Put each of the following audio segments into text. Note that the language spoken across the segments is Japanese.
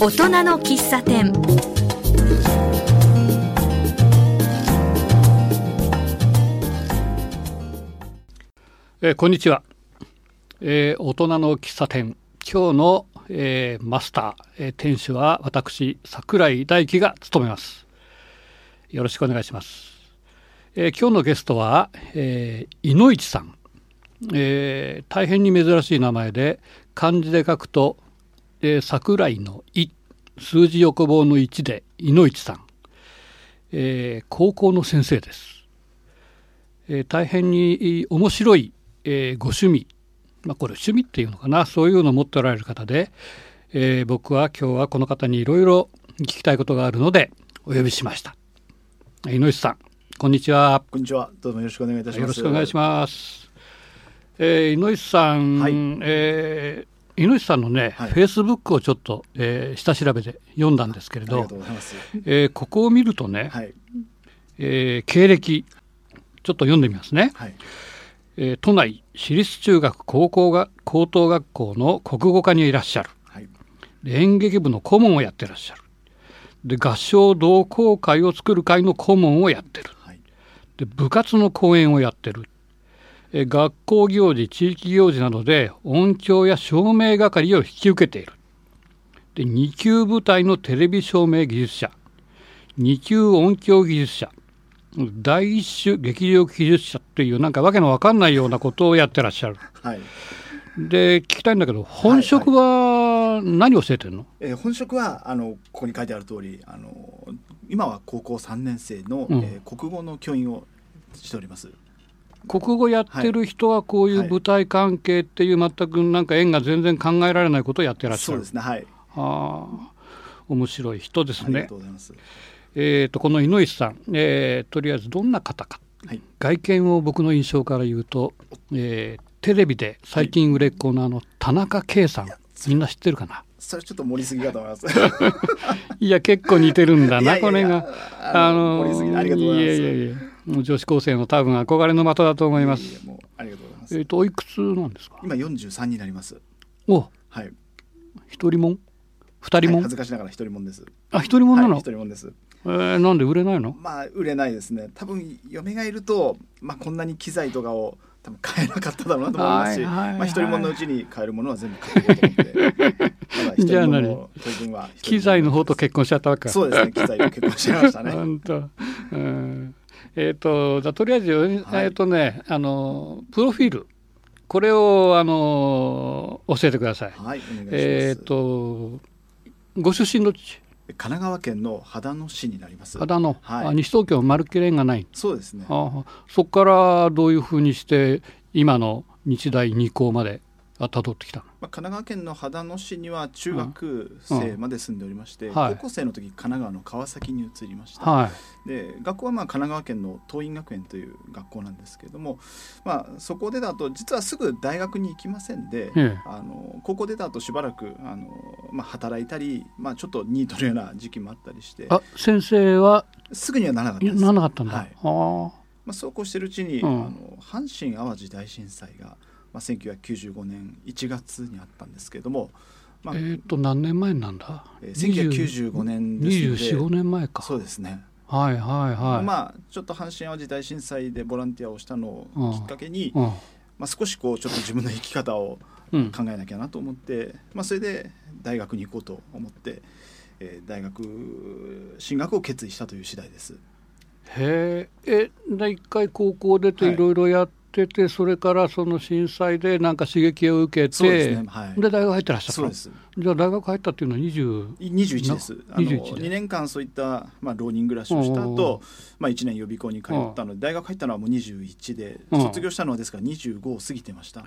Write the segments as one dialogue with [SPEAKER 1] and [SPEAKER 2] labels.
[SPEAKER 1] 大人の喫茶店
[SPEAKER 2] えーこんにちは、えー大人の喫茶店今日の、えーマスター、えー店主は私桜井大輝が務めますよろしくお願いします、えー今日のゲストは、えー、井ノ市さん、えー大変に珍しい名前で漢字で書くと、えー桜井の「い」数字横棒の「1」で井ノ市さん、えー高校の先生ですえー大変にえー面白い、えーご趣味、まあ、これ趣味っていうのかなそういうのを持っておられる方で、えー僕は今日はこの方にいろいろ聞きたいことがあるのでお呼びしましたえー井上さんこんにちは
[SPEAKER 3] こんにちは。どうもよろしくお願いいたします。
[SPEAKER 2] よろしくお願いし
[SPEAKER 3] ま
[SPEAKER 2] ます、えー、井上さん、
[SPEAKER 3] はい
[SPEAKER 2] えー井上さんのね、
[SPEAKER 3] はい
[SPEAKER 2] フェイスブックをちょっと、えー下調べで読んだんですけれ
[SPEAKER 3] あり
[SPEAKER 2] ど
[SPEAKER 3] がとうございます。
[SPEAKER 2] えーここを見るとね、
[SPEAKER 3] はい。
[SPEAKER 2] えー経歴ちょっと読んでみますね、
[SPEAKER 3] はい。
[SPEAKER 2] えー都内私立中学高校が高等学校の国語科にいらっしゃる
[SPEAKER 3] はい。
[SPEAKER 2] で演劇部の顧問をやってらっしゃるで合唱同好会を作る会の顧問をやってる
[SPEAKER 3] はい。
[SPEAKER 2] で部活の講演をやってるえー学校行事地域行事などで音響や照明係を引き受けているで2級部隊のテレビ照明技術者2級音響技術者第一種劇場技術者っていうなんかわけのわかんないようなことをやってらっしゃる
[SPEAKER 3] はい。
[SPEAKER 2] で聞きたいんだけど本職は何を教えてるの、
[SPEAKER 3] えー本職はあのここに書いてある通り、あの今は高校三年生の、
[SPEAKER 2] うん
[SPEAKER 3] えー国語の教員をしております。
[SPEAKER 2] 国語やってる人はこういう舞台関係っていう全くなんか縁が全然考えられないことをやってらっしゃ
[SPEAKER 3] そう
[SPEAKER 2] る
[SPEAKER 3] ですね。はい。
[SPEAKER 2] ああ面白い人です
[SPEAKER 3] ありが
[SPEAKER 2] ね
[SPEAKER 3] とうございます。
[SPEAKER 2] えっ、とこの井上さん、えーとりあえずどんな方か
[SPEAKER 3] はい。
[SPEAKER 2] 外見を僕の印象から言うと、えーテレビで最近売れっ子のあの田中圭さん、みんな知ってるかな
[SPEAKER 3] それちょっと盛りすぎかと思います。
[SPEAKER 2] いや結構似てるんだなこれが。
[SPEAKER 3] あの盛りすぎありがとうございます。
[SPEAKER 2] いやいやいやもう女子高生の多分憧れの的だと思います
[SPEAKER 3] いやいやもうありがとうございま
[SPEAKER 2] えっ、
[SPEAKER 3] す。
[SPEAKER 2] とおいくつなんですか
[SPEAKER 3] 今四十三になります。
[SPEAKER 2] お
[SPEAKER 3] はい。
[SPEAKER 2] 一人もん二人
[SPEAKER 3] は
[SPEAKER 2] も
[SPEAKER 3] い
[SPEAKER 2] ん、
[SPEAKER 3] 恥ずかしながら一人もんです。
[SPEAKER 2] あ一人もんなの、
[SPEAKER 3] はい、一人もんです。
[SPEAKER 2] えーなんで売れないの
[SPEAKER 3] まあ売れないですね多分嫁がいると、まあ、こんなに機材とかを多分買えなかっただろうなと思いますし、
[SPEAKER 2] はいはいはい
[SPEAKER 3] まあ、一人者のうちに買えるものは全部買っていこうと思ってまだ一
[SPEAKER 2] じゃあ
[SPEAKER 3] 人者
[SPEAKER 2] 何
[SPEAKER 3] の当分は一人者
[SPEAKER 2] 機材の方と結婚しちゃったわけか
[SPEAKER 3] そうですね機材と結婚しちゃい ましたね
[SPEAKER 2] ほんとうんえっ、とじゃあとりあえず、
[SPEAKER 3] はい
[SPEAKER 2] えっ、とねあのプロフィールこれをあの教えてください。
[SPEAKER 3] はいお願いします、
[SPEAKER 2] えっ、とご出身どっち
[SPEAKER 3] 神奈川県の秦野市になります
[SPEAKER 2] 秦野、
[SPEAKER 3] はい
[SPEAKER 2] あ西東京丸っきれがない
[SPEAKER 3] そうですね
[SPEAKER 2] ああそこからどういうふうにして今の日大二高まであたどってきたの
[SPEAKER 3] まあ、神奈川県の秦野市には中学生まで住んでおりまして、
[SPEAKER 2] うんはい
[SPEAKER 3] 高校生の時神奈川の川崎に移りました、
[SPEAKER 2] はい
[SPEAKER 3] で学校はまあ神奈川県の桐蔭学園という学校なんですけれども、まあ、そこ出た後実はすぐ大学に行きませんで、
[SPEAKER 2] ええ
[SPEAKER 3] あの高校出た後しばらくあの、まあ、働いたり、まあ、ちょっとニートのような時期もあったりして
[SPEAKER 2] あ先生は
[SPEAKER 3] すぐにはならなかった
[SPEAKER 2] い
[SPEAKER 3] んです
[SPEAKER 2] ならなかったんだ、
[SPEAKER 3] はい
[SPEAKER 2] あ
[SPEAKER 3] まあ、そうこうしてるうちに、
[SPEAKER 2] うん
[SPEAKER 3] あの阪神・淡路大震災が、まあ、1995年1月にあったんですけれども、ま
[SPEAKER 2] あ
[SPEAKER 3] あ
[SPEAKER 2] えっ、と何年前になんだ
[SPEAKER 3] えー1995年ですので
[SPEAKER 2] 245年前か
[SPEAKER 3] そうですね、
[SPEAKER 2] はいはいはい、
[SPEAKER 3] まあ、ちょっと阪神・淡路大震災でボランティアをしたのをきっかけに、
[SPEAKER 2] うん
[SPEAKER 3] まあ、少しこうちょっと自分の生き方を
[SPEAKER 2] うん
[SPEAKER 3] 考えなきゃなと思って、まあ、それで大学に行こうと思って、えー大学進学を決意したという次第です。
[SPEAKER 2] へええで一回高校出て
[SPEAKER 3] はい
[SPEAKER 2] いろいろやってて、それからその震災でなんか刺激を受けて
[SPEAKER 3] そうですねはい
[SPEAKER 2] で大学入ってらっしゃった
[SPEAKER 3] そう
[SPEAKER 2] の
[SPEAKER 3] です
[SPEAKER 2] じゃあ大学入ったっていうのは20
[SPEAKER 3] い21です
[SPEAKER 2] な
[SPEAKER 3] あの
[SPEAKER 2] 21で
[SPEAKER 3] 2年間そういった、まあ、浪人暮らしをした後、まあ1年予備校に通ったので大学入ったのはもう21で
[SPEAKER 2] うん
[SPEAKER 3] 卒業したのはですから25を過ぎてました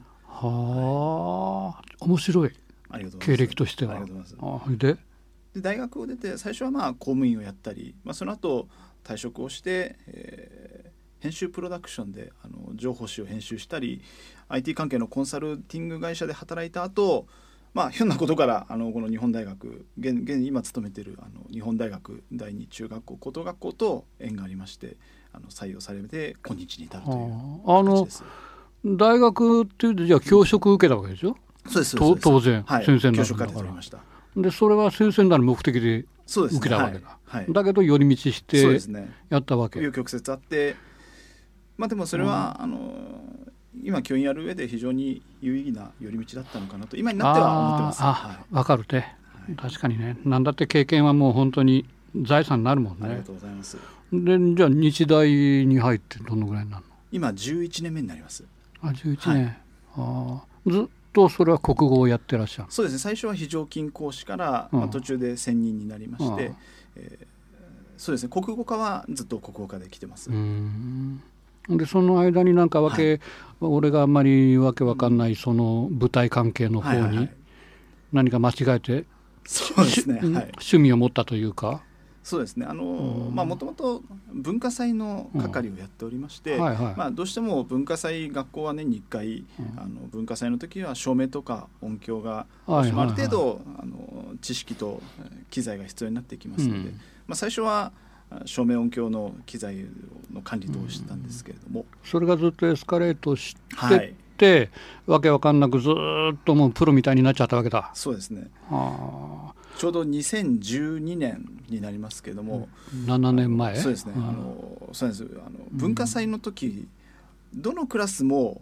[SPEAKER 2] はあ面白い
[SPEAKER 3] ありがとうございま
[SPEAKER 2] 経
[SPEAKER 3] す
[SPEAKER 2] 歴としては
[SPEAKER 3] ありがとうございます
[SPEAKER 2] あそれで
[SPEAKER 3] で大学を出て最初はまあ公務員をやったり、まあ、その後退職をして、えー編集プロダクションであの情報誌を編集したり IT 関係のコンサルティング会社で働いた後まあひょんなことからあのこの日本大学現現今勤めてるあの日本大学第二中学校高等学校と縁がありましてあの採用されて今日に至るという
[SPEAKER 2] ああ
[SPEAKER 3] 形
[SPEAKER 2] の
[SPEAKER 3] です。
[SPEAKER 2] 大学っていうとじゃあ教職受けたわけでしょ
[SPEAKER 3] そうで
[SPEAKER 2] と
[SPEAKER 3] すそうです
[SPEAKER 2] 当然、
[SPEAKER 3] はい、
[SPEAKER 2] 先生になる
[SPEAKER 3] 教
[SPEAKER 2] ん
[SPEAKER 3] 職課
[SPEAKER 2] だ
[SPEAKER 3] で
[SPEAKER 2] か
[SPEAKER 3] 取
[SPEAKER 2] ら
[SPEAKER 3] りました。
[SPEAKER 2] でそれは先生なる目的で
[SPEAKER 3] そうですね
[SPEAKER 2] 受けたわけだ、
[SPEAKER 3] はい、はい
[SPEAKER 2] だけど寄り道し
[SPEAKER 3] そうで
[SPEAKER 2] て
[SPEAKER 3] すね
[SPEAKER 2] やったわけ
[SPEAKER 3] 紆余曲折あってまあでもそれは、あの今教員やる上で非常に有意義な寄り道だったのかなと今になっては思ってます
[SPEAKER 2] あーあ
[SPEAKER 3] は
[SPEAKER 2] わかるね
[SPEAKER 3] いはい
[SPEAKER 2] 確かにね何だって経験はもう本当に財産になるもん
[SPEAKER 3] ありが
[SPEAKER 2] ね
[SPEAKER 3] とうございます
[SPEAKER 2] でじゃあ日大に入ってどのぐらいになる
[SPEAKER 3] 今11年目になります
[SPEAKER 2] のあ11年、ああずっとそれは国語をやってらっしゃる
[SPEAKER 3] そうですね最初は非常勤講師から、
[SPEAKER 2] うん
[SPEAKER 3] まあ、途中で専任になりまして、
[SPEAKER 2] うん
[SPEAKER 3] えーそうですね国語科はずっと国語科で来てます、
[SPEAKER 2] うーんでその間になんかわけ、俺があんまりわけわかんないその舞台関係の方
[SPEAKER 3] はいはいは
[SPEAKER 2] に
[SPEAKER 3] い
[SPEAKER 2] 何か間違えて、
[SPEAKER 3] そうですね
[SPEAKER 2] うん
[SPEAKER 3] はい
[SPEAKER 2] 趣味を持ったというか、
[SPEAKER 3] そうですねあのー、
[SPEAKER 2] うん
[SPEAKER 3] まあもともと文化祭の係をやっておりまして、
[SPEAKER 2] はいはい、
[SPEAKER 3] まあ、どうしても文化祭学校は年に1回、
[SPEAKER 2] うん
[SPEAKER 3] あの文化祭の時は照明とか音響が、
[SPEAKER 2] はいはいはい
[SPEAKER 3] ある程度あの知識とえー機材が必要になってきますので、
[SPEAKER 2] うん
[SPEAKER 3] まあ、最初はあ照明音響の機材の管理等をしてたんですけれども、
[SPEAKER 2] それがずっとエスカレートして
[SPEAKER 3] はい
[SPEAKER 2] って、わけわかんなくずーっともうプロみたいになっちゃったわけだ。
[SPEAKER 3] そうですね
[SPEAKER 2] あ
[SPEAKER 3] ちょうど2012年になりますけれども、
[SPEAKER 2] 7年前
[SPEAKER 3] そうですね、
[SPEAKER 2] ん
[SPEAKER 3] あのそうなんですあの文化祭の時、どのクラスも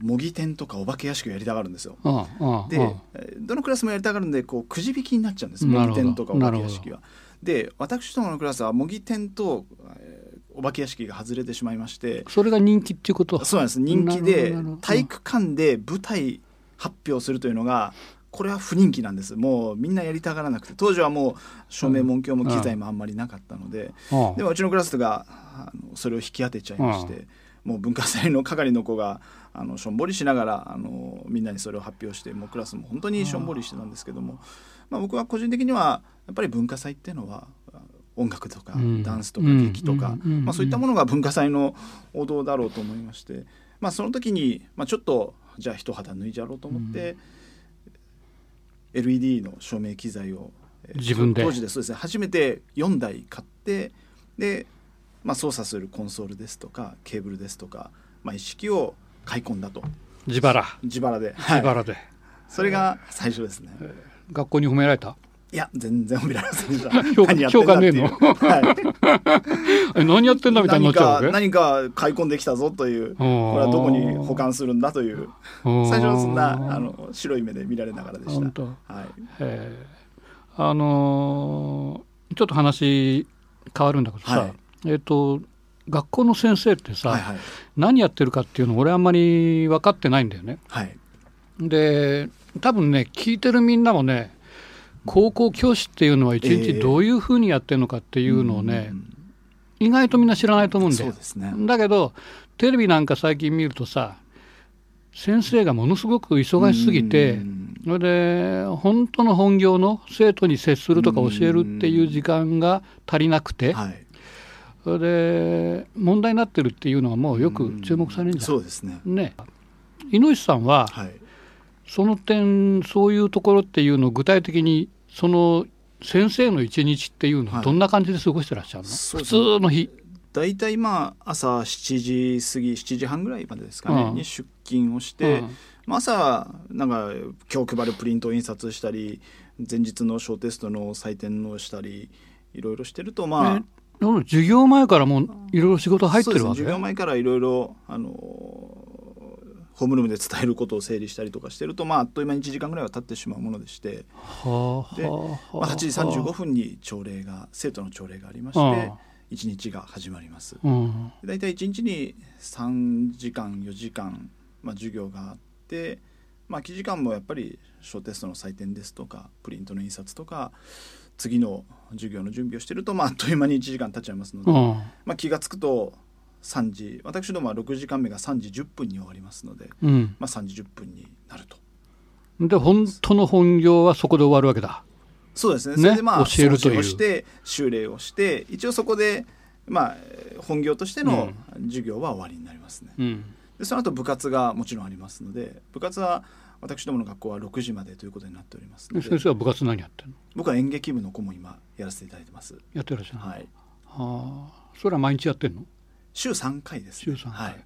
[SPEAKER 3] 模擬店とかお化け屋敷をやりたがるんですよ。
[SPEAKER 2] うんうん
[SPEAKER 3] で、
[SPEAKER 2] うん
[SPEAKER 3] えーどのクラスもやりたがるんでこうくじ引きになっちゃうんです
[SPEAKER 2] なる
[SPEAKER 3] 模擬
[SPEAKER 2] ほど
[SPEAKER 3] 店とかお化け屋敷は。で私どものクラスは模擬店と、えーお化け屋敷が外れてしまいまして
[SPEAKER 2] それが人気っていうこと
[SPEAKER 3] そうなんです人
[SPEAKER 2] なる
[SPEAKER 3] 気で
[SPEAKER 2] ほどなるほど
[SPEAKER 3] 体育館で舞台発表するというのがこれは不人気なんですもうみんなやりたがらなくて当時はもう照明も音響も機材もあんまりなかったので、
[SPEAKER 2] うん
[SPEAKER 3] でもうちのクラスがあのそれを引き当てちゃいまして、もう文化祭の係の子があのしょんぼりしながらあのみんなにそれを発表してもうクラスも本当にしょんぼりしてたんですけども、まあ、僕は個人的にはやっぱり文化祭っていうのはあ音楽とか
[SPEAKER 2] うん
[SPEAKER 3] ダンスとか劇とか、
[SPEAKER 2] うん
[SPEAKER 3] まあ、そういったものが文化祭の王道だろうと思いまして、まあ、その時に、まあ、ちょっとじゃあ一肌脱いじゃろうと思って、LED の照明機材をえー
[SPEAKER 2] 自分で
[SPEAKER 3] 当時でそうですね初めて4台買ってで、まあ、操作するコンソールですとかケーブルですとか、まあ、一式を買い込んだと
[SPEAKER 2] 自腹
[SPEAKER 3] 自腹で、はい
[SPEAKER 2] 自腹で、
[SPEAKER 3] それが最初ですね、
[SPEAKER 2] 学校に褒められた
[SPEAKER 3] いや全然褒められませんでした
[SPEAKER 2] 評価
[SPEAKER 3] 何やってんだっていう
[SPEAKER 2] 評価
[SPEAKER 3] は い
[SPEAKER 2] え何やってんだみたいになっ
[SPEAKER 3] 何
[SPEAKER 2] ちゃうわ
[SPEAKER 3] か
[SPEAKER 2] け
[SPEAKER 3] 何か買い込んできたぞというこれはどこに保管するんだという最初はそんなあの白い目で見られながらで
[SPEAKER 2] 本
[SPEAKER 3] し
[SPEAKER 2] 当
[SPEAKER 3] た、はい、
[SPEAKER 2] えーあのーちょっと話変わるんだけどさ、
[SPEAKER 3] はい
[SPEAKER 2] えっ、と学校の先生ってさ、
[SPEAKER 3] はいはい
[SPEAKER 2] 何やってるかっていうの俺あんまり分かってないんだよね。
[SPEAKER 3] はい
[SPEAKER 2] で多分ね聞いてるみんなもね高校教師っていうのは一
[SPEAKER 3] え
[SPEAKER 2] 日
[SPEAKER 3] え
[SPEAKER 2] どういうふうにやってるのかっていうのをね、意外とみんな知らないと思う
[SPEAKER 3] う
[SPEAKER 2] ん
[SPEAKER 3] ん
[SPEAKER 2] だ
[SPEAKER 3] そ
[SPEAKER 2] よ
[SPEAKER 3] う。ですね
[SPEAKER 2] だけどテレビなんか最近見るとさ先生がものすごく忙しすぎて
[SPEAKER 3] うん
[SPEAKER 2] それで本当の本業の生徒に接するとか
[SPEAKER 3] うん
[SPEAKER 2] 教えるっていう時間が足りなくて
[SPEAKER 3] はい
[SPEAKER 2] それで問題になってるっていうのはもうよく注目されるんじゃな
[SPEAKER 3] そうですね
[SPEAKER 2] いね井上さんは
[SPEAKER 3] はい
[SPEAKER 2] その点そういうところっていうのを具体的にその先生の一日っていうの
[SPEAKER 3] は
[SPEAKER 2] はいどんな感じで過ごしてらっしゃるの、
[SPEAKER 3] そ
[SPEAKER 2] 普
[SPEAKER 3] うですね
[SPEAKER 2] 通の日
[SPEAKER 3] 大体まあ朝7時過ぎ7時半ぐらいまでですかね、
[SPEAKER 2] うん
[SPEAKER 3] に出勤をして、
[SPEAKER 2] うん
[SPEAKER 3] まあ、朝なんか今日配るプリントを印刷したり前日の小テストの採点をしたりいろいろしてるとまあ、
[SPEAKER 2] えなので授業前からもういろいろ仕事入ってるわけ
[SPEAKER 3] そうですね授業前からいろいろあのーホームルームで伝えることを整理したりとかしてると、まあ、あっという間に1時間ぐらいは経ってしまうものでして、
[SPEAKER 2] はあ
[SPEAKER 3] で
[SPEAKER 2] はあ
[SPEAKER 3] まあ、8時35分に朝礼が生徒の朝礼がありまして
[SPEAKER 2] ああ
[SPEAKER 3] 1日が始まります
[SPEAKER 2] うん
[SPEAKER 3] 大体1日に3時間4時間、まあ、授業があって、まあ、空き時間もやっぱり小テストの採点ですとかプリントの印刷とか次の授業の準備をしてると、まあ、あっという間に1時間経っちゃいますので
[SPEAKER 2] う、ん
[SPEAKER 3] まあ、気がつくと3時私どもは6時間目が3時10分に終わりますので、
[SPEAKER 2] うん
[SPEAKER 3] まあ、3時10分になると
[SPEAKER 2] で本当の本業はそこで終わるわけだ
[SPEAKER 3] そうですね
[SPEAKER 2] ね
[SPEAKER 3] それでまあ
[SPEAKER 2] 教えるという
[SPEAKER 3] 掃除をして修礼をして一応そこで、まあ、えー本業としての授業は終わりになりますね、
[SPEAKER 2] うん
[SPEAKER 3] でその後部活がもちろんありますので部活は私どもの学校は6時までということになっておりますの
[SPEAKER 2] で先
[SPEAKER 3] で
[SPEAKER 2] 生は部活何やってるの
[SPEAKER 3] 僕は演劇部の子も今やらせていただいてます、
[SPEAKER 2] やってらっしゃるの、
[SPEAKER 3] はい、
[SPEAKER 2] はあそれは毎日やってるの
[SPEAKER 3] 週3回です、
[SPEAKER 2] 週3回
[SPEAKER 3] はい、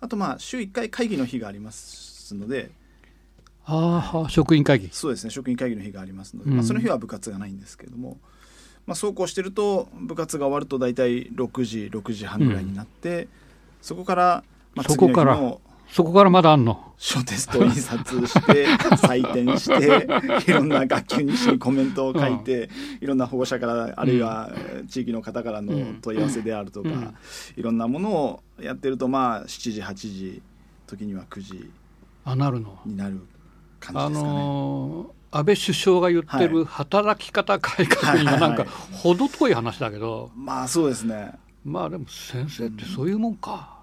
[SPEAKER 3] あとまあ週1回会議の日がありますので
[SPEAKER 2] ああ職員会議
[SPEAKER 3] そうですね職員会議の日がありますので、
[SPEAKER 2] うん
[SPEAKER 3] まあ、その日は部活がないんですけれども、まあ、そうこうしてると部活が終わると大体6時6時半ぐらいになって、そこから、まあ、
[SPEAKER 2] そこから
[SPEAKER 3] 次の日の
[SPEAKER 2] そこからまだあんの
[SPEAKER 3] 小テストを印刷して 採点していろんな学級にしコメントを書いて、いろんな保護者からあるいは地域の方からの問い合わせであるとか、
[SPEAKER 2] うん
[SPEAKER 3] いろんなものをやってるとまあ7時8時時には9時
[SPEAKER 2] あなるの
[SPEAKER 3] になる感
[SPEAKER 2] あ
[SPEAKER 3] じですかね。
[SPEAKER 2] のー安倍首相が言って
[SPEAKER 3] は
[SPEAKER 2] る働き方改革にはなんかほど遠い話だけど
[SPEAKER 3] まあそうですね
[SPEAKER 2] まあでも先生ってそういうもんか、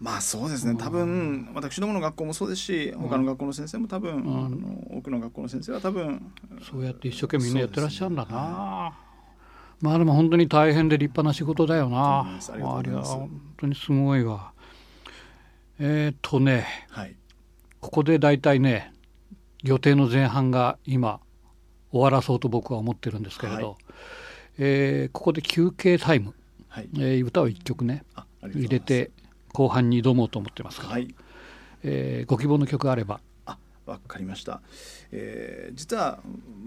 [SPEAKER 3] まあそうですね多分私どもの学校もそうですし他の学校の先生も多
[SPEAKER 2] ん
[SPEAKER 3] 分、あの多くの学校の先生は多分
[SPEAKER 2] そうやって一生懸命みんなやってらっしゃるんだな、まあでも本当に大変で立派な仕事だよな
[SPEAKER 3] そうですありがとうございます
[SPEAKER 2] あれは本当にすごいわえっ、とね
[SPEAKER 3] はい
[SPEAKER 2] ここで大体ね予定の前半が今終わらそうと僕は思ってるんですけれど、
[SPEAKER 3] は
[SPEAKER 2] えーここで休憩タイム、
[SPEAKER 3] はい
[SPEAKER 2] えー歌を1曲ね
[SPEAKER 3] あありがとうござ
[SPEAKER 2] 入
[SPEAKER 3] います
[SPEAKER 2] れて後半に挑もうと思ってますから、
[SPEAKER 3] はい
[SPEAKER 2] えーご希望の曲があれば
[SPEAKER 3] あわかりました、えー実は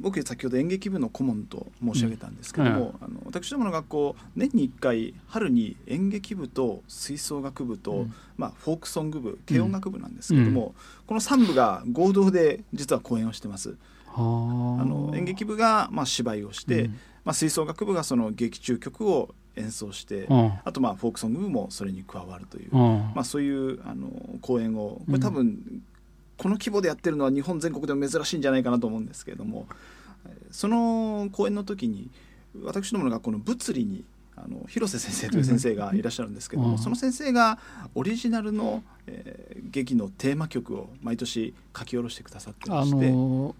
[SPEAKER 3] 僕先ほど演劇部の顧問と申し上げたんですけども、あの私どもの学校年に1回春に演劇部と吹奏楽部と、
[SPEAKER 2] うん
[SPEAKER 3] まあ、フォークソング部軽音楽部なんですけども、この3部が合同で実は公演をしてます。
[SPEAKER 2] あ
[SPEAKER 3] あの演劇部がまあ芝居をして、
[SPEAKER 2] うん
[SPEAKER 3] まあ、吹奏楽部がその劇中曲を演奏して、
[SPEAKER 2] うん
[SPEAKER 3] あとまあフォークソング部もそれに加わるという、
[SPEAKER 2] うん
[SPEAKER 3] まあ、そういうあの公演をこれ多分この規模でやってるのは日本全国でも珍しいんじゃないかなと思うんですけれどもえーその公演の時に私どもの学校の物理にあの広瀬先生という先生がいらっしゃるんですけども、
[SPEAKER 2] うん
[SPEAKER 3] その先生がオリジナルの、えー劇のテーマ曲を毎年書き下ろしてくださってま
[SPEAKER 2] あ
[SPEAKER 3] して。
[SPEAKER 2] のー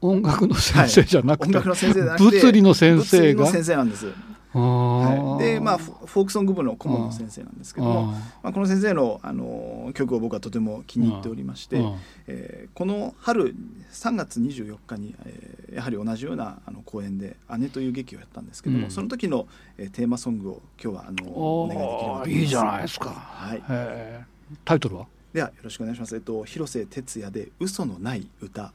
[SPEAKER 2] 音楽の先生じゃなく
[SPEAKER 3] 音
[SPEAKER 2] て、
[SPEAKER 3] 楽の先生じゃなくて
[SPEAKER 2] 物理の先生が
[SPEAKER 3] 物理の先生なんです、
[SPEAKER 2] あー
[SPEAKER 3] はい、でまあフォフォークソング部の顧問の先生なんですけどもまあ、この先生の、あの曲を僕はとても気に入っておりまして、
[SPEAKER 2] うん
[SPEAKER 3] えーこの春3月24日に、えーやはり同じようなあの公演で「姉」という劇をやったんですけども、
[SPEAKER 2] うん
[SPEAKER 3] その時の、えーテーマソングを今日はあのお願いできればと思います。
[SPEAKER 2] いいじゃないですか。
[SPEAKER 3] はい、
[SPEAKER 2] えータイトルは
[SPEAKER 3] ではよろしくお願いします。えっと広瀬哲也で嘘のない歌。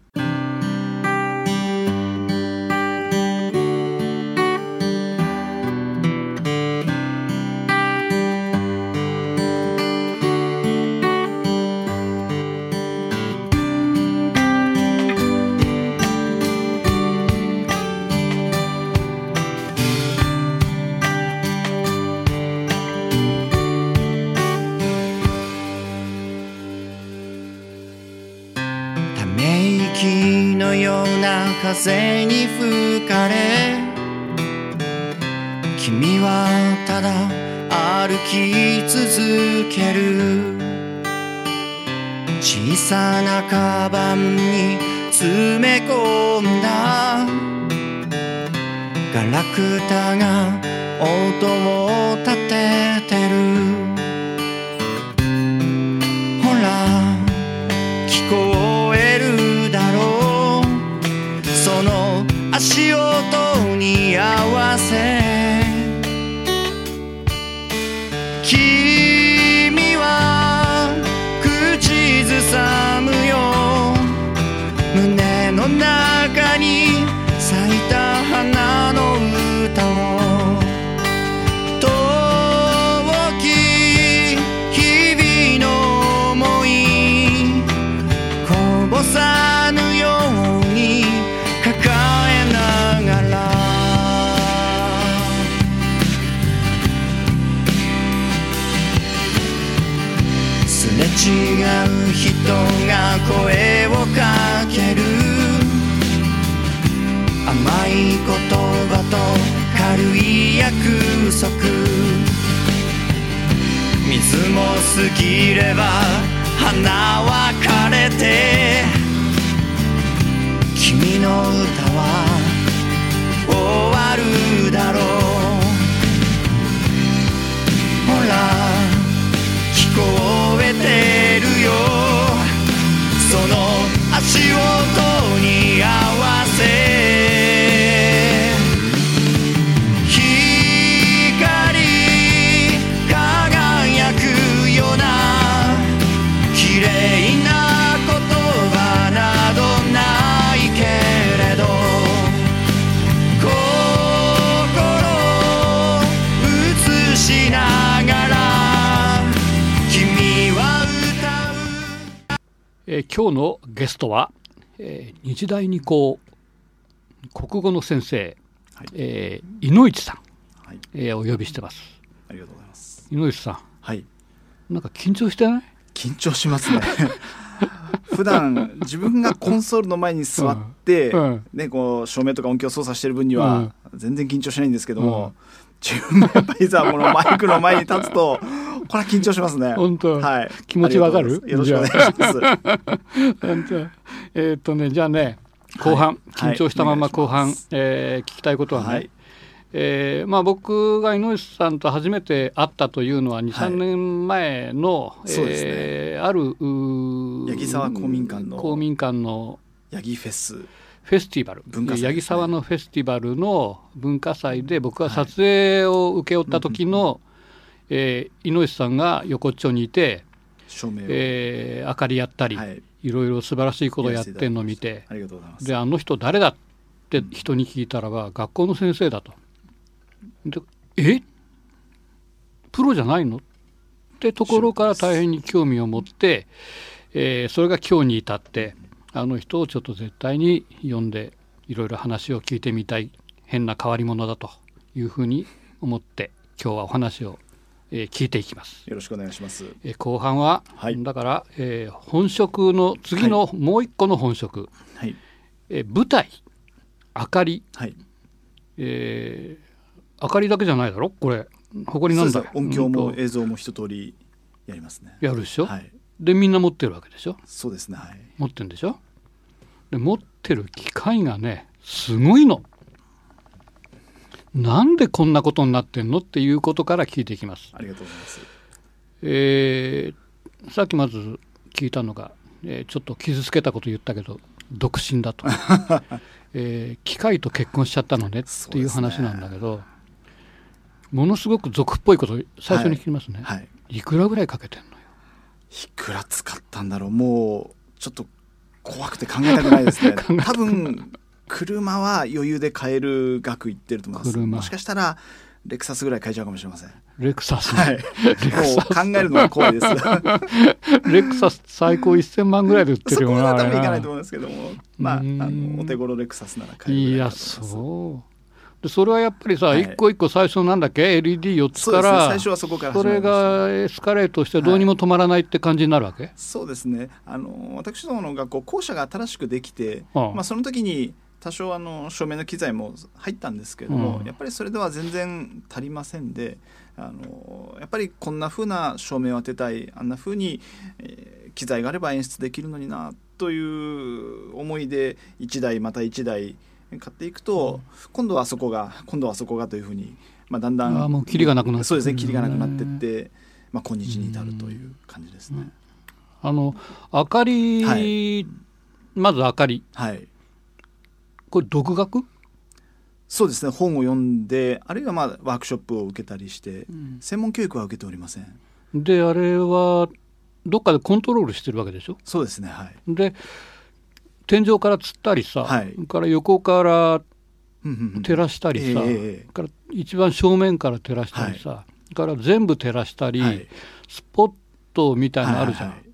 [SPEAKER 1] ため息のような風に吹かれ君はただ歩き続ける小さなカバンに詰め込んだガラクタが音を立ててるほら聞こえるだろうその足音に合わせ君は口ずさむよ胸の中に咲いた花の歌を遠き日々の想いこぼさぬように抱えながらすれ違う人が声をかける甘い言葉と軽い約束水も過ぎれば花は枯れて君の歌は終わるだろうほら聞こえてるよその足音に合わせ光輝くような綺麗な言葉
[SPEAKER 2] えー今日のゲストは、えー日大二高国語の先生、
[SPEAKER 3] はい
[SPEAKER 2] えー井ノ市さん、
[SPEAKER 3] はい、
[SPEAKER 2] えーお呼びしてます
[SPEAKER 3] ありがとうございます。
[SPEAKER 2] 井ノ市さ
[SPEAKER 3] はい、
[SPEAKER 2] んなんか緊張してない
[SPEAKER 3] 緊張しますね。 普段自分がコンソールの前に座って、
[SPEAKER 2] うんうん
[SPEAKER 3] ね、こう照明とか音響操作してる分には全然緊張しないんですけども、自分がやっぱりさこのマイクの前に立つとこれは緊張しますね。
[SPEAKER 2] 本当
[SPEAKER 3] はい、
[SPEAKER 2] 気持ちわかる
[SPEAKER 3] ありがとうございますよろしくお願いします。
[SPEAKER 2] 本当えーっとねじゃあね後半、
[SPEAKER 3] はい
[SPEAKER 2] 緊張したまま
[SPEAKER 3] はい
[SPEAKER 2] 後
[SPEAKER 3] お願いし
[SPEAKER 2] 半、
[SPEAKER 3] ます
[SPEAKER 2] えー聞きたいことはね、
[SPEAKER 3] はい、
[SPEAKER 2] えーまあ、僕が井上さんと初めて会ったというのは23、
[SPEAKER 3] はい
[SPEAKER 2] 年前の、
[SPEAKER 3] そうですね
[SPEAKER 2] えーあるうー
[SPEAKER 3] 八木沢公民館の
[SPEAKER 2] 公民館の
[SPEAKER 3] ヤギフェス、
[SPEAKER 2] フェスティバル、
[SPEAKER 3] 文化祭ですね
[SPEAKER 2] 八木沢のフェスティバルの文化祭で僕が撮影を請け負った時の、えー井上さんが横っちょにいて、
[SPEAKER 3] 照明を、
[SPEAKER 2] えー明かりやったり、、
[SPEAKER 3] はいい、
[SPEAKER 2] ろいろ素晴らしいことをやってるのを見て
[SPEAKER 3] ありがとうございます。
[SPEAKER 2] であの人誰だって人に聞いたらば学校の先生だと。でえプロじゃないのってところから大変に興味を持って、えーそれが今日に至ってあの人をちょっと絶対に呼んでいろいろ話を聞いてみたい変な変わり者だというふうに思って今日はお話を、えー聞いていきます。
[SPEAKER 3] よろしくお願いします。
[SPEAKER 2] えー後半は、
[SPEAKER 3] はい
[SPEAKER 2] だから、えー本職の次のもう一個の本職、
[SPEAKER 3] はい、
[SPEAKER 2] えー舞台明かり、
[SPEAKER 3] はい、
[SPEAKER 2] えー明かりだけじゃないだろこれ誇りなんだ
[SPEAKER 3] そうです音響
[SPEAKER 2] う
[SPEAKER 3] も
[SPEAKER 2] んと
[SPEAKER 3] 映像も一通りやりますね。
[SPEAKER 2] やるでしょ、
[SPEAKER 3] はい、
[SPEAKER 2] でみんな持ってるわけでしょ
[SPEAKER 3] そうですね。はい、
[SPEAKER 2] 持ってるんでしょで持ってる機械がねすごいのなんでこんなことになってんのっていうことから聞いていきます、
[SPEAKER 3] ありがとうございます。
[SPEAKER 2] えーさっきまず聞いたのが、えーちょっと傷つけたこと言ったけど独身 だと、えー機械と結婚しちゃったのねっていう話なんだけど、ものすごく俗っぽいこと最初に聞きますね、
[SPEAKER 3] はい、
[SPEAKER 2] い、くらぐらいかけてんのよ
[SPEAKER 3] いくら使ったんだろう。もうちょっと怖くて 考えたくないですね。多分車は余裕で買える額いってると思います。
[SPEAKER 2] 車
[SPEAKER 3] もしかしたらレクサスぐらい買えちゃうかもしれません。
[SPEAKER 2] レクサス、
[SPEAKER 3] はい。もう考えるのが怖い です。
[SPEAKER 2] レクサス最高1000万ぐらいで売って
[SPEAKER 3] そ
[SPEAKER 2] る
[SPEAKER 3] こ
[SPEAKER 2] よ
[SPEAKER 3] は
[SPEAKER 2] な
[SPEAKER 3] 多分
[SPEAKER 2] あ
[SPEAKER 3] い
[SPEAKER 2] れ
[SPEAKER 3] か
[SPEAKER 2] な
[SPEAKER 3] ないと思いますけども、まああ
[SPEAKER 2] うん
[SPEAKER 3] のお手頃レクサスなら買える
[SPEAKER 2] い
[SPEAKER 3] ぐ
[SPEAKER 2] や
[SPEAKER 3] らだと思います。
[SPEAKER 2] そうでそれはやっぱりさ、
[SPEAKER 3] はい
[SPEAKER 2] 一個一個最初なんだっけ LED4 つ
[SPEAKER 3] そ
[SPEAKER 2] か
[SPEAKER 3] うですね。
[SPEAKER 2] ら
[SPEAKER 3] 最初はそこから
[SPEAKER 2] そ
[SPEAKER 3] 始ま
[SPEAKER 2] れ
[SPEAKER 3] りました
[SPEAKER 2] がエスカレートしてどうにも止まらないって感じになるわけ、
[SPEAKER 3] そうですねあの私どもの学校校舎が新しくできて、
[SPEAKER 2] ああ
[SPEAKER 3] まあ、その時に多少あの照明の機材も入ったんですけれども、
[SPEAKER 2] うん
[SPEAKER 3] やっぱりそれでは全然足りませんであのやっぱりこんな風な照明を当てたいあんな風に、えー機材があれば演出できるのになという思いで1台また1台買っていくと、今度はあそこが今度はあそこがという風に、まあ、だんだ
[SPEAKER 2] ああ
[SPEAKER 3] ん
[SPEAKER 2] もうキリがなくなって
[SPEAKER 3] そうですね切りがなくなってって、まあ、今日に至るという感じですね。
[SPEAKER 2] あの明かり、
[SPEAKER 3] は
[SPEAKER 2] まず明かり
[SPEAKER 3] はい
[SPEAKER 2] これ独学、
[SPEAKER 3] そうですね本を読んであるいはまあワークショップを受けたりして、専門教育は受けておりません
[SPEAKER 2] であれはどっかでコントロールしてるわけでしょ
[SPEAKER 3] そうですねはい
[SPEAKER 2] で天井から釣ったりさ、
[SPEAKER 3] はい
[SPEAKER 2] から横から
[SPEAKER 3] うんうんうん
[SPEAKER 2] 照らしたりさ、
[SPEAKER 3] ええええ
[SPEAKER 2] から一番正面から照らしたりさ、から全部照らしたり、
[SPEAKER 3] はい
[SPEAKER 2] スポットみたいなのあるじゃん、
[SPEAKER 3] はいはいはい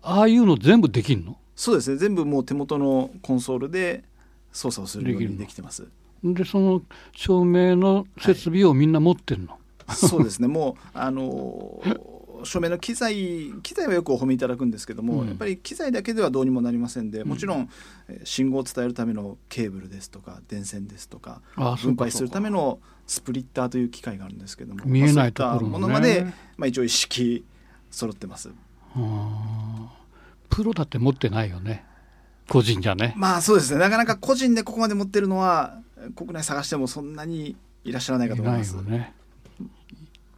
[SPEAKER 2] ああいうの全部できんの
[SPEAKER 3] そうですね全部もう手元のコンソールで操作をするよう
[SPEAKER 2] できる
[SPEAKER 3] に
[SPEAKER 2] の
[SPEAKER 3] できてます
[SPEAKER 2] でその照明の設備をみんな持ってんの、
[SPEAKER 3] そうですねもうあのー照明の機材機材はよくお褒めいただくんですけども、
[SPEAKER 2] うん
[SPEAKER 3] やっぱり機材だけではどうにもなりませんでもちろん、えー信号を伝えるためのケーブルですとか電線ですとか
[SPEAKER 2] ああそう
[SPEAKER 3] 分
[SPEAKER 2] か
[SPEAKER 3] 配
[SPEAKER 2] そ
[SPEAKER 3] す
[SPEAKER 2] う
[SPEAKER 3] る
[SPEAKER 2] か
[SPEAKER 3] ためのスプリッターという機械があるんですけども
[SPEAKER 2] 見えないと
[SPEAKER 3] まあ
[SPEAKER 2] こ
[SPEAKER 3] そう
[SPEAKER 2] ろ
[SPEAKER 3] いっ
[SPEAKER 2] もね
[SPEAKER 3] たものまで、まあ、一応一式揃ってます
[SPEAKER 2] うんプロだって持ってないよね個人じゃね
[SPEAKER 3] まあそうですねなかなか個人でここまで持ってるのは国内探してもそんなにいらっしゃらないか
[SPEAKER 2] い
[SPEAKER 3] と思い
[SPEAKER 2] な
[SPEAKER 3] ま
[SPEAKER 2] い
[SPEAKER 3] す
[SPEAKER 2] よね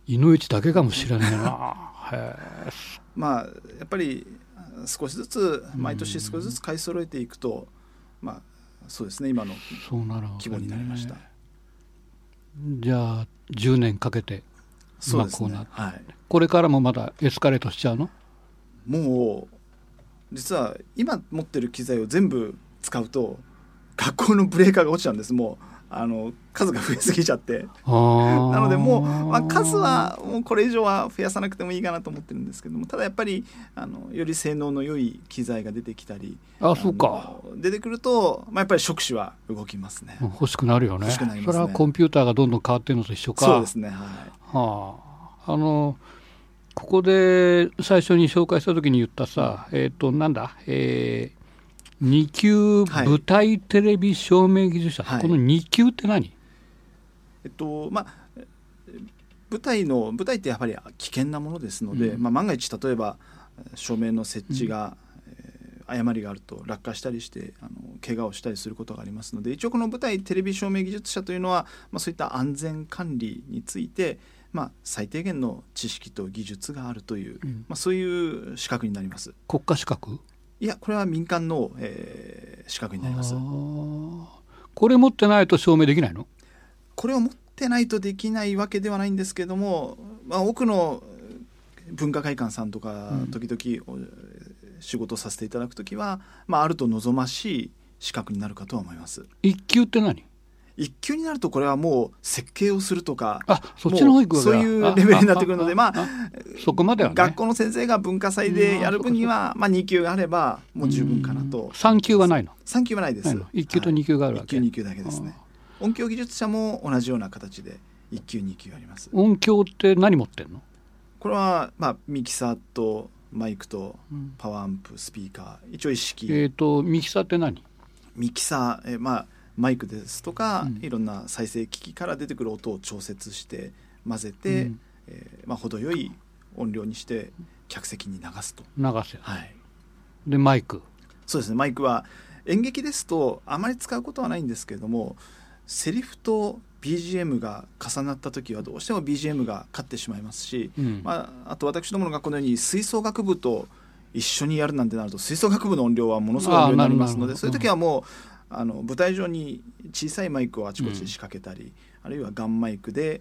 [SPEAKER 2] 井の一だけかもしれないなへえ
[SPEAKER 3] まあやっぱり少しずつ毎年少しずつ買い揃えていくとまあそうですね今の
[SPEAKER 2] そうなるわ
[SPEAKER 3] 規
[SPEAKER 2] け
[SPEAKER 3] 模になりました、
[SPEAKER 2] じゃあ10年かけて
[SPEAKER 3] そうです
[SPEAKER 2] ま
[SPEAKER 3] ね
[SPEAKER 2] あこ
[SPEAKER 3] はい
[SPEAKER 2] これからもまだエスカレートしちゃうの
[SPEAKER 3] もう実は今持ってる機材を全部使うと学校のブレーカーが落ちちゃうんですもうあの数が増えすぎちゃって
[SPEAKER 2] な
[SPEAKER 3] なのでもう、まあ、数はもうこれ以上は増やさなくてもいいかなと思ってるんですけどもただやっぱりあのより性能の良い機材が出てきたり
[SPEAKER 2] あそうか
[SPEAKER 3] あの出てくると、まあ、やっぱり触手は動きますね。
[SPEAKER 2] 欲しくなるよね
[SPEAKER 3] 欲しくなります
[SPEAKER 2] そ
[SPEAKER 3] ね
[SPEAKER 2] れはコンピューターがどんどん変わってるのと一緒か
[SPEAKER 3] そうですね、はい、
[SPEAKER 2] はあ、あのここで最初に紹介した時に言ったさ、えっ、となんだ、えー、二級
[SPEAKER 3] はい
[SPEAKER 2] 舞台テレビ照明技術者、
[SPEAKER 3] はい
[SPEAKER 2] この二級って何、
[SPEAKER 3] えっとまあえ舞台の舞台ってやっぱり危険なものですので、
[SPEAKER 2] うん
[SPEAKER 3] まあ、万が一例えばえー照明の設置が、えー誤りがあると落下したりしてあの怪我をしたりすることがありますので一応この舞台テレビ照明技術者というのは、まあ、そういった安全管理について、まあ、最低限の知識と技術があるという、
[SPEAKER 2] うん
[SPEAKER 3] まあ、そういう資格になります。
[SPEAKER 2] 国家資格
[SPEAKER 3] いやこれは民間の、えー資格になります
[SPEAKER 2] あ。ーこれ持ってないと証明できないの
[SPEAKER 3] これを持ってないとできないわけではないんですけども、まあ、多くのえー文化会館さんとか
[SPEAKER 2] うん
[SPEAKER 3] 時々おえー仕事させていただく時は、まあ、あると望ましい資格になるかとは思います
[SPEAKER 2] 一級って何
[SPEAKER 3] 一級になるとこれはもう設計をするとか
[SPEAKER 2] あそっちの方行くわけだ
[SPEAKER 3] もうそういうレベルになってくるのでまあ
[SPEAKER 2] そこまではね
[SPEAKER 3] 学校の先生が文化祭でやる分には、まあ、2級があればもう十分かなと
[SPEAKER 2] 3級はないの
[SPEAKER 3] 3級はないで
[SPEAKER 2] ない
[SPEAKER 3] す
[SPEAKER 2] の一級と
[SPEAKER 3] はい
[SPEAKER 2] 二級があるわ
[SPEAKER 3] 一
[SPEAKER 2] け、
[SPEAKER 3] 級二級だけですね音響技術者も同じような形で一級二級あります
[SPEAKER 2] 音響って何持ってんの、
[SPEAKER 3] これは、まあ、ミキサーとマイクとパワーアンプスピーカー一応一式、
[SPEAKER 2] えっ、とミキサーって何
[SPEAKER 3] ミキサー、えーまあ、マイクですとか、
[SPEAKER 2] うん
[SPEAKER 3] いろんな再生機器から出てくる音を調節して混ぜて、
[SPEAKER 2] うん
[SPEAKER 3] えーまあ、程よい音量にして客席に流すと、
[SPEAKER 2] 流せ
[SPEAKER 3] はい、
[SPEAKER 2] でマイク
[SPEAKER 3] そうですねマイクは演劇ですとあまり使うことはないんですけれどもセリフと BGM が重なった時はどうしても BGM が勝ってしまいますし、
[SPEAKER 2] うん
[SPEAKER 3] まあ、あと私どもの学校のように吹奏楽部と一緒にやるなんてなると吹奏楽部の音量はものすごい音量になりますの
[SPEAKER 2] あーなるほど
[SPEAKER 3] でそういう時はもうあの舞台上に小さいマイクをあちこち仕掛けたり、あるいはガンマイクで、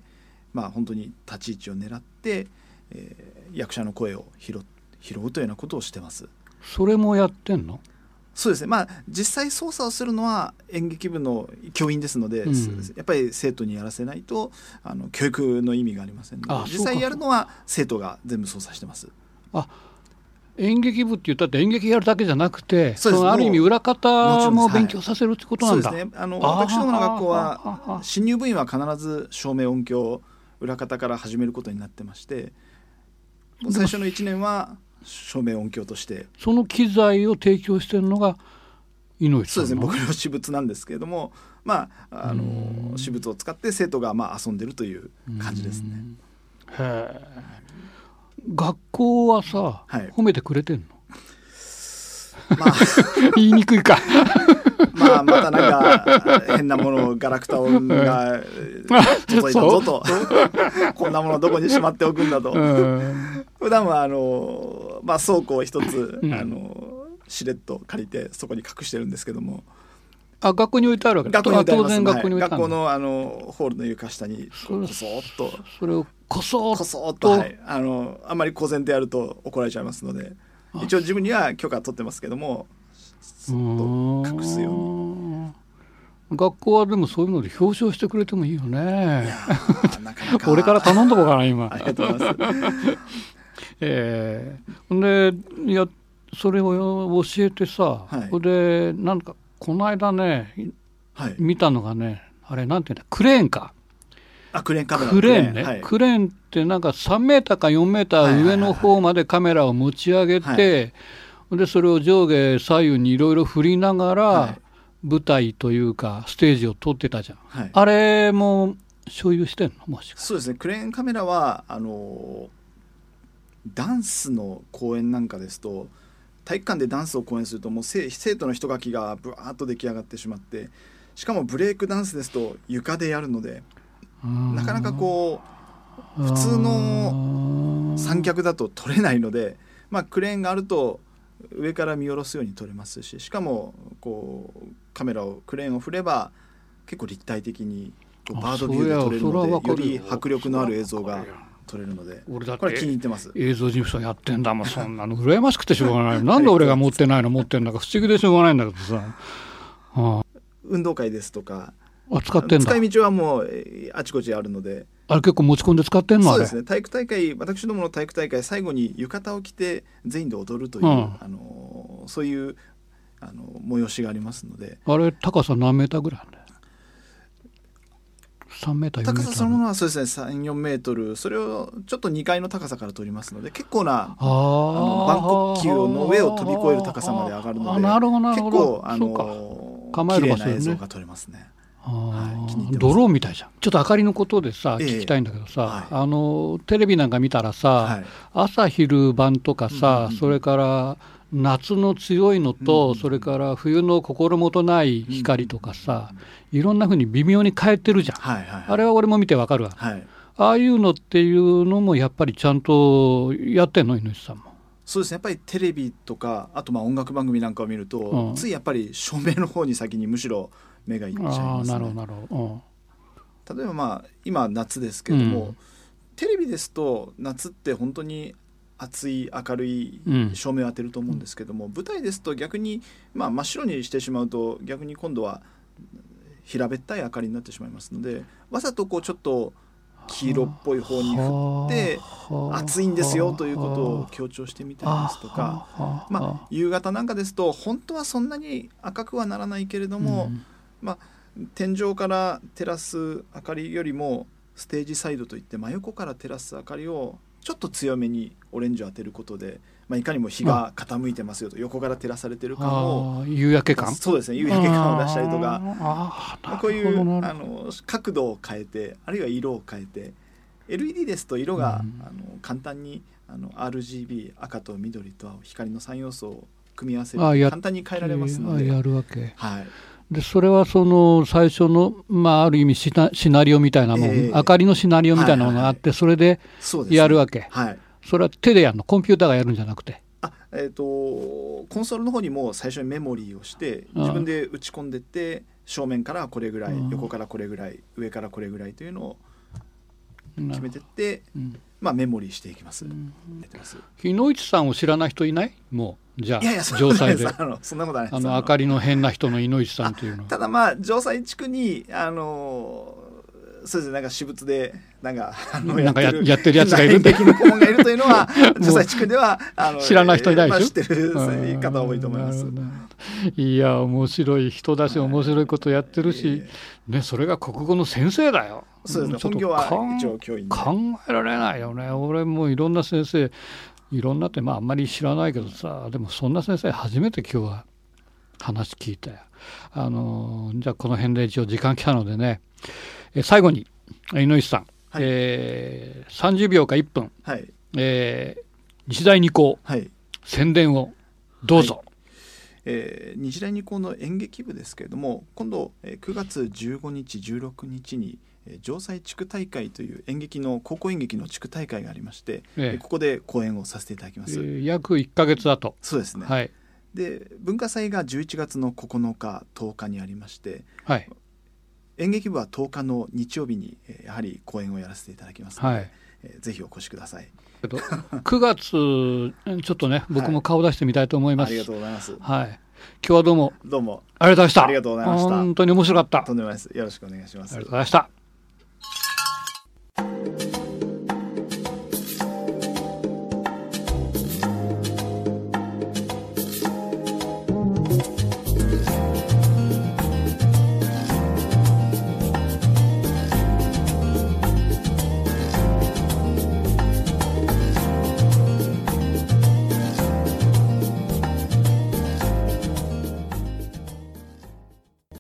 [SPEAKER 3] まあ、本当に立ち位置を狙って、えー役者の声を拾っ拾うというようなことをしてます。
[SPEAKER 2] それもやってんの
[SPEAKER 3] そうですね、まあ、実際操作をするのは演劇部の教員ですので、
[SPEAKER 2] うん
[SPEAKER 3] やっぱり生徒にやらせないとあの教育の意味がありません
[SPEAKER 2] あ
[SPEAKER 3] ので
[SPEAKER 2] そう
[SPEAKER 3] 実
[SPEAKER 2] か
[SPEAKER 3] 際やるのは生徒が全部操作してます
[SPEAKER 2] 演劇部って言ったって演劇やるだけじゃなくて
[SPEAKER 3] そうです
[SPEAKER 2] のある意味
[SPEAKER 3] もう
[SPEAKER 2] 裏方も
[SPEAKER 3] もちろんですはい
[SPEAKER 2] 勉強させるってこと
[SPEAKER 3] そ
[SPEAKER 2] な
[SPEAKER 3] うんで
[SPEAKER 2] だ、
[SPEAKER 3] すねあの
[SPEAKER 2] あー
[SPEAKER 3] 私どもの学校
[SPEAKER 2] あーあ
[SPEAKER 3] は
[SPEAKER 2] ー
[SPEAKER 3] 新入部員は必ず照明音響裏方から始めることになってましてもう最初の1年は照明音響として
[SPEAKER 2] その機材を提供してるのが井上さ
[SPEAKER 3] そうです
[SPEAKER 2] ん
[SPEAKER 3] ね
[SPEAKER 2] なの
[SPEAKER 3] 僕の私物なんですけれどもまああの私物を使って生徒がまあ遊んでるという感じですね。
[SPEAKER 2] へえ学校はさ、
[SPEAKER 3] はい
[SPEAKER 2] 褒めてくれてんの
[SPEAKER 3] まあ
[SPEAKER 2] 言いにくい か
[SPEAKER 3] まあまたなんか変なものをガラクタ音が届い たぞとこんなものどこにしまっておくんだ
[SPEAKER 2] う
[SPEAKER 3] と
[SPEAKER 2] ん
[SPEAKER 3] 普段はあの、まあ、倉庫を一つ、
[SPEAKER 2] うん
[SPEAKER 3] あのしれっと借りてそこに隠してるんですけども
[SPEAKER 2] あ学校に置いてあるわけだ
[SPEAKER 3] 学校に置いてあ
[SPEAKER 2] 当
[SPEAKER 3] ります
[SPEAKER 2] 然学校に
[SPEAKER 3] は
[SPEAKER 2] 置
[SPEAKER 3] い
[SPEAKER 2] いてある
[SPEAKER 3] 学校
[SPEAKER 2] んだ
[SPEAKER 3] のあのホールの床下に
[SPEAKER 2] そ
[SPEAKER 3] こ
[SPEAKER 2] う
[SPEAKER 3] そーっと
[SPEAKER 2] それをこそ
[SPEAKER 3] こ
[SPEAKER 2] っ
[SPEAKER 3] そーっと、はい、あのあんまり公然とやると怒られちゃいますので一応自分には許可取ってますけどもそーっと隠すように。
[SPEAKER 2] に学校はでもそういうので表彰してくれてもいいよね
[SPEAKER 3] いやーなかな か
[SPEAKER 2] 俺から頼んどこうかな今
[SPEAKER 3] ありがとうございます。
[SPEAKER 2] ええでいやそれを教えてさ、
[SPEAKER 3] はい
[SPEAKER 2] これでなんかこの間ねい
[SPEAKER 3] はい、
[SPEAKER 2] 見たのがねあれなんていうんだクレーンか
[SPEAKER 3] あクレーンカメラ
[SPEAKER 2] クレーンね、
[SPEAKER 3] はい、
[SPEAKER 2] クレーンってなんか3メーターか4メーター上の方までカメラを持ち上げて、
[SPEAKER 3] はい
[SPEAKER 2] でそれを上下左右にいろいろ振りながら、
[SPEAKER 3] はい
[SPEAKER 2] 舞台というかステージを撮ってたじゃん、
[SPEAKER 3] はい
[SPEAKER 2] あれも所有してんのもしか
[SPEAKER 3] そうですねクレーンカメラはあのーダンスの公演なんかですと体育館でダンスを公演するともう生生徒の人書きがぶわーっと出来上がってしまってしかもブレイクダンスですと床でやるのでなかなかこ
[SPEAKER 2] う
[SPEAKER 3] う普通の
[SPEAKER 2] の
[SPEAKER 3] 三脚だと撮れないので、まあ、クレーンがあると上から見下ろすように撮れますししかもこうカメラをクレーンを振れば結構立体的にこう
[SPEAKER 2] あ
[SPEAKER 3] バードビューで撮れる
[SPEAKER 2] そりゃ
[SPEAKER 3] の
[SPEAKER 2] わ
[SPEAKER 3] で
[SPEAKER 2] か
[SPEAKER 3] よ
[SPEAKER 2] るよ
[SPEAKER 3] り迫力のある映像が撮れるので
[SPEAKER 2] 俺だって
[SPEAKER 3] これ気に入ってます。
[SPEAKER 2] 映像事務所やってんだもんそんなの羨ましくてしょうがないなんで俺が持ってないの持ってんだか不思議でしょうがないんだけどさ、はあ
[SPEAKER 3] 運動会ですとか
[SPEAKER 2] あ使ってんだ
[SPEAKER 3] 使い道はもうえーあちこちあるので
[SPEAKER 2] あれ結構持ち込んで使ってんの
[SPEAKER 3] そ
[SPEAKER 2] あ
[SPEAKER 3] う
[SPEAKER 2] れ
[SPEAKER 3] ですね体育大会私どもの体育大会最後に浴衣を着て全員で踊るという、
[SPEAKER 2] うん
[SPEAKER 3] あのーそういうあのー催しがありますので
[SPEAKER 2] あれ高さ何メーターぐらいあるんだよ3メーター4メ
[SPEAKER 3] 高
[SPEAKER 2] ーター
[SPEAKER 3] さそのものはそうですね34メートルそれをちょっと2階の高さから取りますので結構な
[SPEAKER 2] あ
[SPEAKER 3] の
[SPEAKER 2] あ
[SPEAKER 3] 万国球の上を飛び越える高さまで上がるので
[SPEAKER 2] あなるほどなる
[SPEAKER 3] 結
[SPEAKER 2] ほど
[SPEAKER 3] 構あ
[SPEAKER 2] そうか
[SPEAKER 3] の
[SPEAKER 2] 構
[SPEAKER 3] ー
[SPEAKER 2] え
[SPEAKER 3] 綺
[SPEAKER 2] る
[SPEAKER 3] 麗
[SPEAKER 2] 場所
[SPEAKER 3] な
[SPEAKER 2] よね
[SPEAKER 3] 映像が撮れますね。
[SPEAKER 2] あ
[SPEAKER 3] はい
[SPEAKER 2] ー
[SPEAKER 3] 気に入ってます
[SPEAKER 2] ドローンみたいじゃんちょっと明かりのことでさ、
[SPEAKER 3] ええ
[SPEAKER 2] 聞きたいんだけどさ、
[SPEAKER 3] はい
[SPEAKER 2] あのテレビなんか見たらさ、
[SPEAKER 3] はい
[SPEAKER 2] 朝昼晩とか
[SPEAKER 3] うんうん
[SPEAKER 2] さ、
[SPEAKER 3] うん
[SPEAKER 2] それから夏の強いのと、
[SPEAKER 3] うんうん
[SPEAKER 2] それから冬の心もとない光とかさ、いろんなふうに微妙に変えてるじゃん、
[SPEAKER 3] はいはい
[SPEAKER 2] あれは俺も見てわかるわ
[SPEAKER 3] はい
[SPEAKER 2] ああいうのっていうのもやっぱりちゃんとやってんの猪木さんも。
[SPEAKER 3] そうですねやっぱりテレビとかあとまあ音楽番組なんかを見ると、
[SPEAKER 2] うん
[SPEAKER 3] ついやっぱり照明の方に先にむしろ目がいっちゃい
[SPEAKER 2] あ
[SPEAKER 3] ま
[SPEAKER 2] あ
[SPEAKER 3] す
[SPEAKER 2] な
[SPEAKER 3] ね
[SPEAKER 2] るほどなるほど、うん
[SPEAKER 3] 例えばまあ今夏ですけども、
[SPEAKER 2] うん
[SPEAKER 3] テレビですと夏って本当に熱い明るい
[SPEAKER 2] うん
[SPEAKER 3] 照明を当てると思うんですけども、舞台ですと逆に、まあ、真っ白にしてしまうと逆に今度は平べったい明かりになってしまいますのでわざとこうちょっと黄色っぽい方に振って暑いんですよということを強調してみたりですとか。
[SPEAKER 2] か
[SPEAKER 3] まあ、夕方なんかですと本当はそんなに赤くはならないけれども、天井から照らす明かりよりもステージサイドといって真横から照らす明かりをちょっと強めにオレンジを当てることで、まあ、いかにも日が傾いてますよと横から照らされてる感を
[SPEAKER 2] あー夕焼け感
[SPEAKER 3] そうですね 夕焼け感を出したりとか
[SPEAKER 2] あーあーなるほど
[SPEAKER 3] まあこういう
[SPEAKER 2] な
[SPEAKER 3] あ
[SPEAKER 2] る
[SPEAKER 3] の角度を変えてあるいは色を変えて LED ですと色が、
[SPEAKER 2] うん
[SPEAKER 3] あの簡単にあの RGB 赤と緑と青光の3要素を組み合わせ
[SPEAKER 2] あや
[SPEAKER 3] る簡単に変えられますの
[SPEAKER 2] あ
[SPEAKER 3] で、
[SPEAKER 2] やるわけ
[SPEAKER 3] はい、
[SPEAKER 2] でそれはその最初の、まあ、ある意味シナシナリオみたいなもん、
[SPEAKER 3] ええ
[SPEAKER 2] 明かりのシナリオみたいなものがあって、それで
[SPEAKER 3] そうですね
[SPEAKER 2] やるわけ、
[SPEAKER 3] はい
[SPEAKER 2] それは手でやるのコンピューターがやるんじゃなくて
[SPEAKER 3] あえー、とコンソールの方にも最初にメモリーをして
[SPEAKER 2] ああ
[SPEAKER 3] 自分で打ち込んでって正面からこれぐらい
[SPEAKER 2] うん
[SPEAKER 3] 横からこれぐらい上からこれぐらいというのを
[SPEAKER 2] な
[SPEAKER 3] 決
[SPEAKER 2] る
[SPEAKER 3] めてって、
[SPEAKER 2] うん
[SPEAKER 3] まあ、メモリーしていきます。やってます
[SPEAKER 2] 日野市さんを知らない人いないもうじゃあ
[SPEAKER 3] いやいやそん
[SPEAKER 2] 城
[SPEAKER 3] なことない
[SPEAKER 2] 西
[SPEAKER 3] で
[SPEAKER 2] です
[SPEAKER 3] あのそんなことないです
[SPEAKER 2] あの
[SPEAKER 3] あ
[SPEAKER 2] 明
[SPEAKER 3] の
[SPEAKER 2] かりの変な人の井ノ市さんというのは
[SPEAKER 3] ただまあ城西地区にあのーそうですねなんか私物でなんかあの
[SPEAKER 2] なんかや
[SPEAKER 3] ってる
[SPEAKER 2] やってるやつがいるんだ
[SPEAKER 3] 内的な顧問がいるというのは城西地区ではあの
[SPEAKER 2] 知らない人いないでしょ
[SPEAKER 3] まあ、知 ってる
[SPEAKER 2] うん
[SPEAKER 3] 方多いと思います。
[SPEAKER 2] なるほどいや面白い人だし面白いことやってるし、
[SPEAKER 3] え
[SPEAKER 2] ね、それが国語の先生だよ。
[SPEAKER 3] そうですね
[SPEAKER 2] ちょっと
[SPEAKER 3] 本業は
[SPEAKER 2] かん
[SPEAKER 3] 一応教員で
[SPEAKER 2] 考えられないよね俺もういろんな先生いろんなってまああんまり知らないけどさでもそんな先生初めて今日は話聞いたよ。あのじゃあこの辺で一応時間来たのでねえ最後に井上さん、
[SPEAKER 3] はい
[SPEAKER 2] えー30秒か1分、
[SPEAKER 3] はい
[SPEAKER 2] えー日大二高
[SPEAKER 3] はい
[SPEAKER 2] 宣伝をどうぞ。
[SPEAKER 3] えー日大二高の演劇部ですけれども今度、えー9月15日16日に、えー城西地区大会という演劇の高校演劇の地区大会がありまして、
[SPEAKER 2] ええ
[SPEAKER 3] えーここで講演をさせていただきま
[SPEAKER 2] え
[SPEAKER 3] す、
[SPEAKER 2] ー約1ヶ月後、
[SPEAKER 3] そうですね、
[SPEAKER 2] はい
[SPEAKER 3] で文化祭が11月の9日10日にありまして
[SPEAKER 2] はい
[SPEAKER 3] 演劇部は10日の日曜日に、えーやはり講演をやらせていただきますので、
[SPEAKER 2] はい。
[SPEAKER 3] えーぜひお越しください
[SPEAKER 2] けど9月ちょっとね僕も顔出してみたいと思いま
[SPEAKER 3] あ
[SPEAKER 2] す、
[SPEAKER 3] り
[SPEAKER 2] は
[SPEAKER 3] が
[SPEAKER 2] い
[SPEAKER 3] とうございます
[SPEAKER 2] 今日はどうも
[SPEAKER 3] どうも
[SPEAKER 2] ありがとうございました
[SPEAKER 3] ありがとうございました
[SPEAKER 2] 本当に面白かったあ
[SPEAKER 3] とんでもないですよろしくお願いします
[SPEAKER 2] りがとうございました